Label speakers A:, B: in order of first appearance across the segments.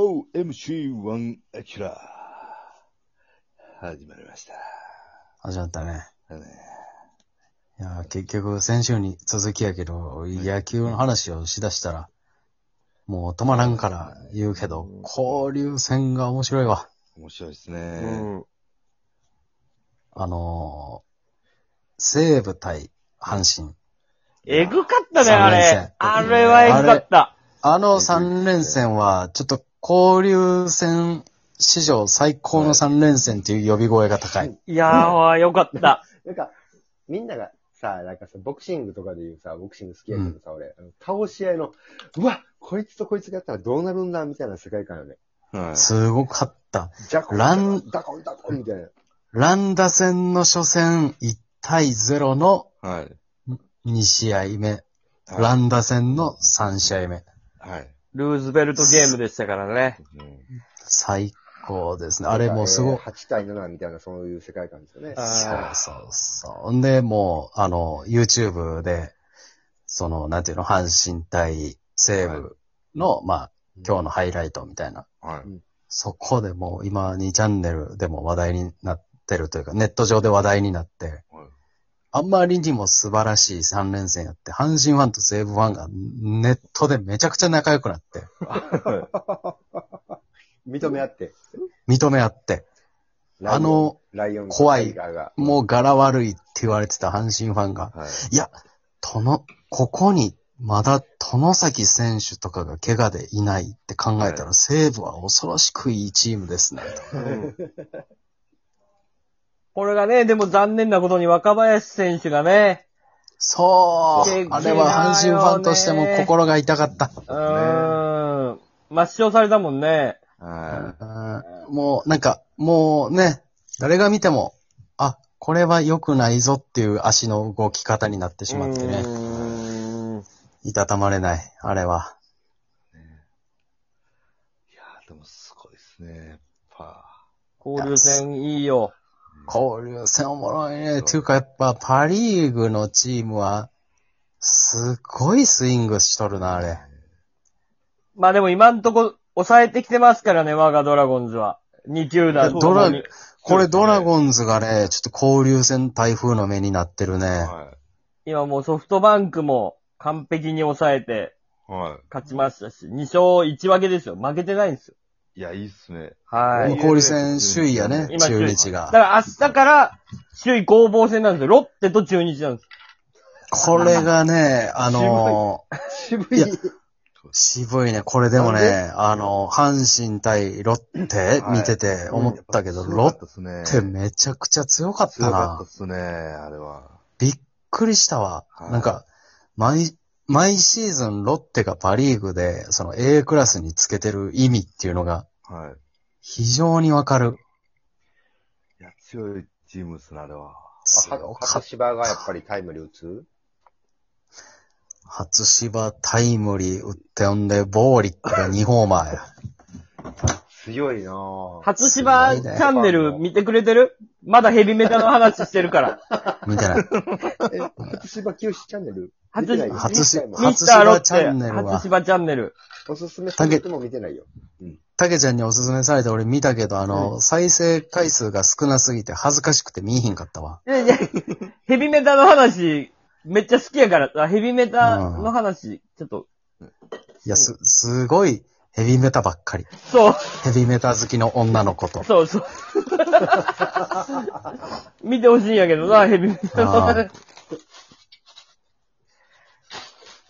A: 4MC1 アキラ。始まりました。
B: 始まったね。
A: あのね
B: いやー、結局、先週に続きやけど、野球の話をしだしたら、もう止まらんから言うけど、交流戦が面白いわ。
A: 面白いです
C: う
A: ね。
C: ん。
B: あのー、西武対阪神。
C: えぐかったね、
B: 三
C: あ
B: 連戦
C: れ。あれはえぐかった。
B: あの3連戦は、ちょっと交流戦史上最高の3連戦という呼び声が高い。
C: いやー、よかった。
D: なんか、みんながさ、なんかさ、ボクシングとかで言うさ、ボクシング好きやけどさ、俺、あの倒し合いの、うわ、こいつとこいつがやったらどうなるんだみたいな世界観よね。
A: はい。
B: すごかった。
D: じゃこ、
B: ラン
D: ダコンダコンみたいな。
B: ランダ戦の初戦1対0の
A: はい。
B: 2試合目。
A: はい
B: ランダ戦の3試合目。
A: はい。
C: ルーズベルトゲームでしたからね。
A: うん
B: 最高ですね。あれもうすご
D: なん
B: い
D: か。えー8対7みたいな、そういう世界観ですよね。
C: あ
B: そう
C: ー
B: そうそう。んで、もう、あの、YouTube で、その、なんていうの、阪神対西武の、まあ、今日のハイライトみたいな。
A: はい。
B: そこでもう、今、2チャンネルでも話題になってるというか、ネット上で話題になって、
A: はい
B: あんまりにも素晴らしい3連戦やって、阪神ファンと西武ファンがネットでめちゃくちゃ仲良くなって、
D: 認め合って。
B: 認め合って、
D: ライ
B: あ、
D: オン
B: の、
D: ライオンと
B: 怖い
D: タイガーが
B: もう柄悪いって言われてた阪神ファンが、
A: はい。
B: いや、殿、ここに、まだ、殿崎選手とかが怪我でいないって考えたら、西武は恐ろしくいいチームですね。
C: これがね、でも残念なことに若林選手がね、
B: そう
C: でっけえな
B: あれは阪神ファンとしても心が痛かった。
C: うーん、抹消されたもんね。
A: は
B: うんもう、なんか、もうね、誰が見ても、あ、これは良くないぞっていう足の動き方になってしまって
C: う
B: ね、
C: ーん
B: いたたまれない、あれは。
A: い。いやーでもすごいですね。やっぱ。
C: 交流戦いいよ。
B: 交流戦おもろいね。
A: そう
B: ていうかやっぱパリーグのチームは、すごいスイングしとるな、あれ。
C: まあでも今んとこ抑えてきてますからね、我がドラゴンズは。2球団ともに。
B: これドラゴンズがね、ちょっと交流戦台風の目になってるね。
A: は
C: 今もうソフトバンクも完璧に抑えて
A: い。は
C: 勝ちましたし、2勝1分けですよ。負けてないんですよ。
A: い。いや、いいっすね。
C: は
B: も
C: い。
B: う交流戦首位やね、
C: 今
B: 中
C: 首位
B: 日
C: だ
B: が
C: か。ら明日から、首位攻防戦なんですよ。ロッテと中日なんです。
B: これがね、あのー
D: 渋
B: い
D: い
B: や。渋いね。これでもね、あのー阪神対ロッテ
A: はい
B: 見てて思ったけど、ロッ
A: ッすね。
B: テめちゃくちゃ強かった
A: 強か
B: な
A: った。っすね、あれは。
B: びっくりしたわ
A: は。い
B: なんか、毎、毎シーズンロッテがパリーグで、その A クラスにつけてる意味っていうのが
A: はい。
B: 非常にわかる。
A: いや、強いチームっすね、あれは。
D: あ
B: 強
D: は
B: か
D: 初
B: っ
D: 芝がやっぱりタイムリー打つ
B: た。初芝タイムリー打って呼んで、ボーリックが2ホーマーや。
D: 強いなぁ。
C: 初芝
B: す
C: チ
B: ごいね
C: ャンネル見てくれてるまだヘビメタの話してるから。
B: みた いな。
D: え初芝清チャンネル見
C: 初
D: てない
C: 芝、
B: 初芝
D: 見てない
C: ミスターロッ
B: チャン
C: テ、
B: ネルは
C: 初芝チャンネル。
D: おすすめされても見てないよ。
B: たけちゃんにおすすめされて俺見たけど、あの、再生回数が少なすぎて恥ずかしくて見えひんかったわ。
C: いやいやヘビメタの話、めっちゃ好きやからさ、ヘビメタの話、ちょっと、
B: いや、す、すごいヘビメタばっかり。
C: そう。
B: ヘビメタ好きの女の子と。
C: そ うそう。見てほしいんやけどな、ヘビメタの
B: あ
C: 話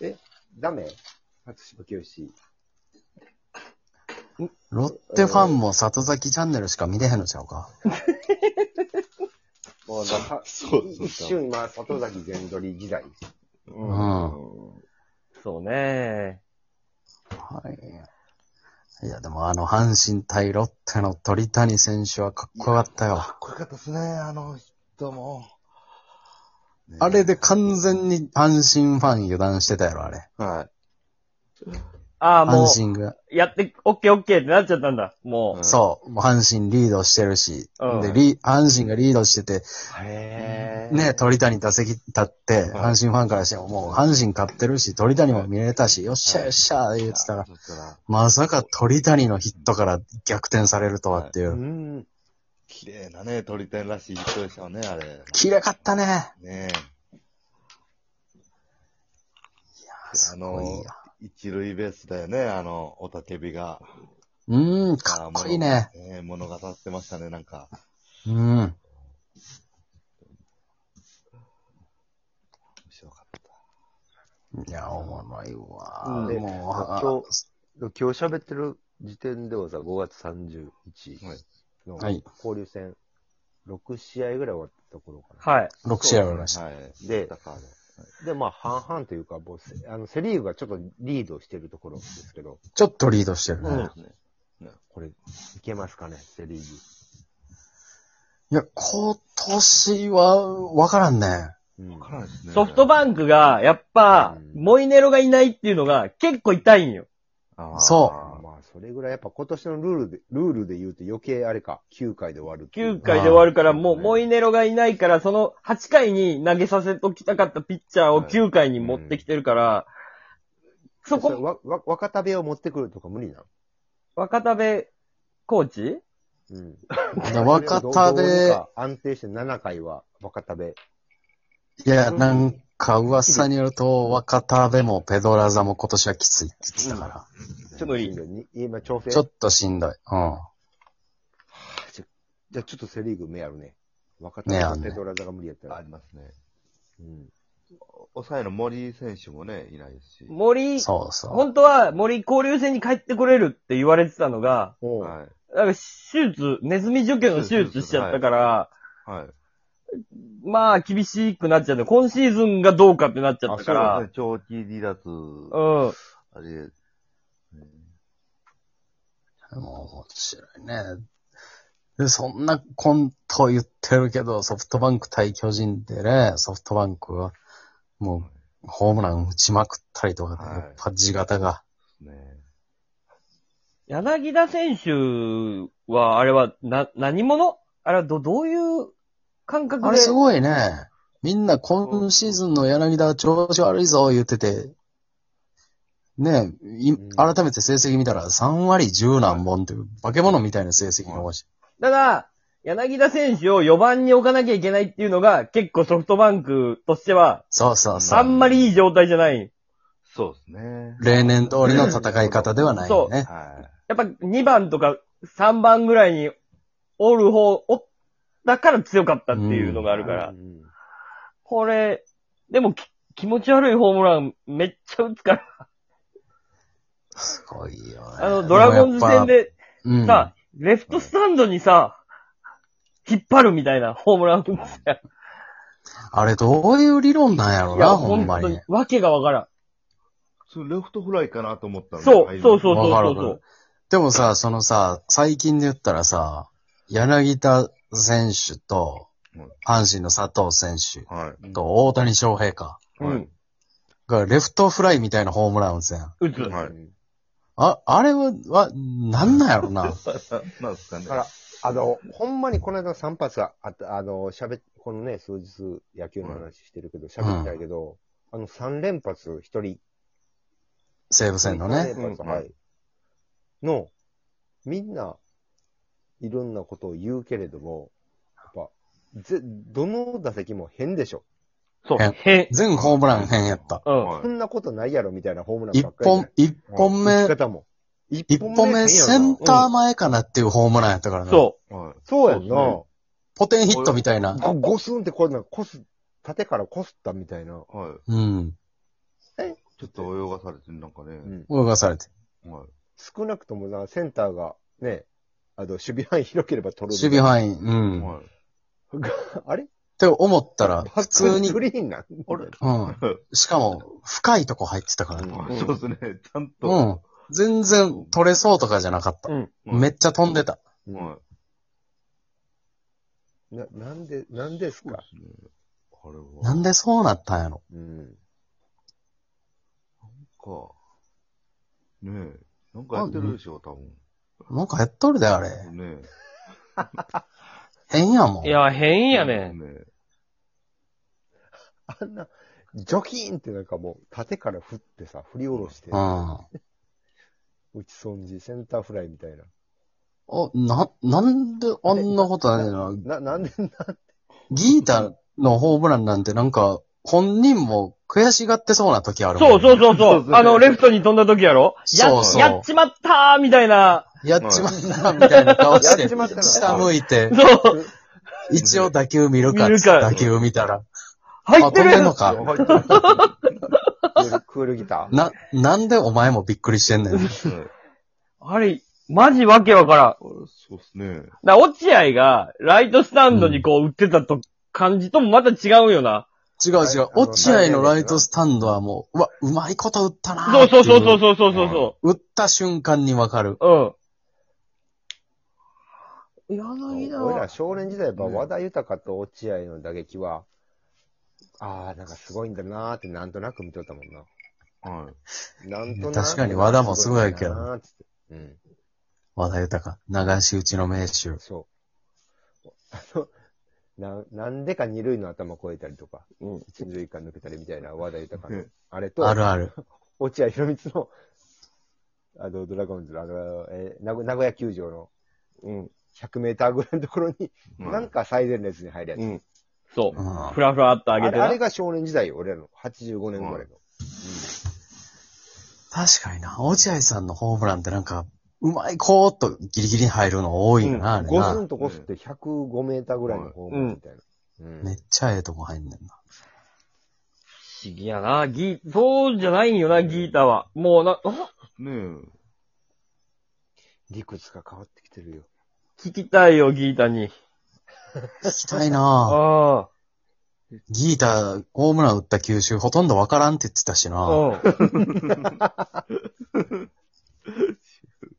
B: ー。
D: ダメ初芝清
B: ロッテファンも里崎チャンネルしか見れへんのちゃうか。
D: もうだか
A: そうそうそう
D: 一瞬今、里崎全取り時代。
A: う
C: そうね。
B: はい。いや、でもあの、阪神対ロッテの鳥谷選手はかっこよかったよ。
A: これかったっすね、あの人も。ね
B: あれで完全に阪神ファン油断してたやろ、あれ。
A: は
C: ああ、
B: 阪
C: もう、
B: 神が、
C: やって、オッケーオッケーってなっちゃったんだ。も
B: そう、もう阪神リードしてるし、
C: うん
B: で、リ、阪神がリードしてて、
D: へえ。
B: ね、鳥谷打席立って、阪
D: はい
B: 神ファンからしてももう阪神勝ってるし、鳥谷も見れたし、よっしゃよっしゃ、言ってたら
D: ち、ょっとな。
B: まさか鳥谷のヒットから逆転されるとはっていうう。
D: ん。
E: 綺麗なね、鳥天らしい人でしたよね、あれ。
B: 綺麗かったね。
E: ね
B: すごいよ
E: 一塁ベースだよね、あの、雄たけびが。
B: うん、かっこいいね。
E: あー。物ね物語ってましたね、なんか。
B: うん。
E: 面白かった。
B: いや、おもろいわ。
D: うん
B: もうあ
D: 今日、今日喋ってる時点ではさ、5月31日
E: はい
D: の
B: はい
D: 交流戦、6試合ぐらい終わったところか
C: う、はい。
D: な。
B: 6試合終わりました。
E: はい。
D: で
E: だから
D: で、まあ、半々というか、もうせあのセリーグがちょっとリードしてるところですけど、
B: ちょっとリードしてるね。
C: うん
D: これ、いけますかね、セリー
B: いや、今年は、わからんね。
D: グ。うん
E: わからないですね。
C: ソフトバ
E: ン
C: ンクが、やっぱ、
D: うん
C: モイネロがいないっていうのが結構痛いんよ。
E: ク
B: そ
D: あーまあ、それぐらいやっぱ今年のルールで、ルールで言うと余計あれか、9回で終わるっていう。
C: 9回で終わるから、
D: あー
C: もう
D: そうね
C: モイネロがいないから、その8回に投げさせときたかったピッチャーを
E: はい
C: 9回に持ってきてるから、そ
D: れ
C: こ、
D: わ、わ、若田部を持ってくるとか無理なの
C: 若田部コーチ
D: うん。
B: で若田
D: どうに
B: で、
D: か安定して7回は若田部。
B: いや、なんか噂によると、若田でもペドラザも今年はきついって言ってたか
D: ちょっとしんどいに今調整。
B: ら、ちょっとしんどい。うん。
D: じゃあちょっとセリーグ目あるね。若田
B: 目あ
D: 部
B: る
D: と
B: ね
D: ペドラザが無理やった
E: あ
D: ら。
E: りますね。
D: うん。
E: 抑えの森選手もね、いないですし。
C: 森、
B: そうそう。
C: 本当は森交流戦に帰ってこれるって言われてたのが、
D: おう
E: は
C: なんか手術、ネズミ除去の手術しちゃったから、
E: い。はい。
C: まあ厳しくなっちゃって、今シーズンがどうかってなっちゃったか
E: あ
C: ら、
E: そうですね長期離脱、
C: うん。
E: あれ、うん
B: もう面白いね。で、そんなコント言ってるけど、ソフトバンク対巨人でね、ソフトバンクは、もう、ホームラン打ちまくったりとかで、
E: はい
B: やっぱ地形が。
E: ね
C: 柳田選手は、あれは、な、何者あれはど、どういう感覚で
B: あれすごいね。みんな今シーズンの柳田調子悪いぞ言ってて、ねえ、い
D: ん
B: 改めて成績見たら3割10何本という化け物みたいな成績のし
C: ただ、柳田選手を4番に置かなきゃいけないっていうのが、結構ソフトバンクとしては、
B: そうそうそ
C: あ
B: う。
C: んまりいい状態じゃない。
E: そうですね。
B: 例年通りの戦い方ではないよね。
E: は
C: やっぱ2番とか3番ぐらいにおる方、おったから強かったっていうのがあるから。
D: うん
C: これ、でもき気持ち悪いホームランめっちゃ打つから。
B: すごいよね。
C: あの、ドラゴンズ戦
B: で
C: で
B: もやっぱ、
C: さ、レフトスタンドにさ、引っ張るみたいなホームラン打つやん
B: うん、あれどういう理論なんやろう
C: いや、
B: な、ほ
C: 本
B: んま
C: 当に
B: に。。
C: わけがわからん。
E: い。それレフトフライかなと思ったの
C: そう、そうそうそう
B: わかる
C: そう
B: わかるでもさ、そのさ、最近で言ったらさ、柳田選手と
E: うん、
B: 阪神の佐藤選手
E: う。はい。
B: と大谷翔平か。
C: う
E: はい
C: ん。
B: が、レフトフライみたいなホームラン打つやん。
C: 打つ。
E: はい
B: あ、あれは、は、なんなんやろな。
E: なんですかね。
D: だから、あの、ほんまにこの間3発あった、あの、喋、このね、数日野球の話してるけど、喋ったけど、あの、3連発、一人、
B: 西武戦のね。
D: 三連発
E: うん
D: はい。の、みんな、いろんなことを言うけれども、やっぱ、ぜ、どの打席も変でしょ。
C: そう
B: 変。
C: 変。
B: 全ホームラン変やった。
C: うん。
E: はい
D: そんなことないやろ、みたいなホームラン
B: 一
D: ばっかりじゃない。
B: 本、一本
D: 打
B: 目
D: ち、方も。
B: 一本目センター前かなっていうホームランやったからね。
C: そ
E: はい。
D: そうやんな。
E: そ
B: ポテンヒットみたいな。
D: ごゴスンってこうなんかこす、縦からこすったみたいな。
E: はい。
B: うん。
E: ちょっと泳がされて、なんかね。
D: うん
B: 泳がされて。
E: はい。
D: 少なくともな、センターがね、あの、守備範囲広ければ取る。
B: 守備範囲。うん。
E: は
B: っ
E: い。
D: 囲。あれ
B: て思ったら、
D: バ
B: 普
D: ック
B: 通に
D: ス、リーンなん
E: あれ
B: うん。しかも、深いとこ入ってたからね。
E: はいそうですね。ちゃん
B: う
E: と。
B: ん。全然取れそうとかじゃなかった。
E: うん
B: めっちゃ飛んでた。
E: はい。
D: な、なんで、なんです
E: そうで
D: か
E: すね。あれは。
B: なん
E: か。
B: でそうなったんやろ。
D: うん。
E: ねえ。なんかやってるでしょ、多分。
B: なんかやっとるで、あれ。
E: ね
B: 変やもん。
C: いや、変
E: え。
C: やねん。
E: ねえ。
D: あんな、ジョキーンってなんかもう、縦から振ってさ、振り下ろして
B: う、ん。
D: 打ち損じ、センターフライみたいな。
B: あ、な、なんであんなことないの
D: な、なんで、
B: ギータのホームランなんてなんか、本人も悔しがってそうな時あるもん。
C: そうそうそうそ
E: そう
C: う
E: そ。う
C: あの、レフトに飛んだ時やろや
B: そうそう
C: やっちまったーみたいな。
B: やっちまったみたいな顔し
D: やっちまった
B: て、
D: な
B: 下向いて、
C: そう。
B: 一応打球見るか、
C: 見るか
B: 打球見たら。
C: 入って
B: あ、飛んでんの
C: る
B: か。
E: 入って
D: クールクールギター
B: な、なんでお前もびっくりしてんねん。
E: るねえ
C: あれ、マジわけわからん。
E: あれそうっすね。
C: だ落合が、ライトスタンドにこう、打ってたと、感じともまた違うよな。
B: 違う違う。落合のライトスタンドはもう、うわ、うまいこと打ったな
C: そうそうそうそう
B: う。
C: そうそうそ
B: 打った瞬間にわかる。
C: う。うん。
D: 俺ら少年時代やっぱ和田豊と落合の打撃は、ああ、なんかすごいんだなーってなんとなく見とったもんな。
E: は
D: なんとなく。
B: 確かに和田もすごいけど
D: なーっつってうん。
B: 和田豊。流し打ちの名手。
D: そう。あの、な、なんでか二塁の頭越えたりとか、
C: うん
D: 一塁間抜けたりみたいな和田豊
E: い。
D: の
E: ね、
D: あれと、
B: あるある。
D: 落合博満の、あの、ドラゴンズの、あの、えー名古名古屋球場の
C: うん。
D: 100メーターぐらいのところに、
E: うん
D: なんか最前列に入るやつ。
C: うん。そうう。
B: ん。
C: ふらふらっと上
D: あ
C: げて
D: れあ
C: な
D: れ。が少年時代よ、俺らの。85年生まれの。
B: 確かにな。落合さんのホームランってなんか、うまいこーっとギリギリ入るの多いよな、あれ
D: ゴス
B: な。
D: ンとこすって105メーターぐらいのホームランみたいな。うん
B: めっちゃええとこ入んねんな。
C: 不思議やな。ギー、そうじゃないんよな、ギータは。もうな、あ
E: ねえ。
D: 理屈が変わってきてるよ。
C: 聞きたいよ、ギータに。
B: 聞きたいな
C: あ
B: ギータ、ホームラン打った九州ほとんどわからんって言ってたし
C: あ。
B: な。
C: うん。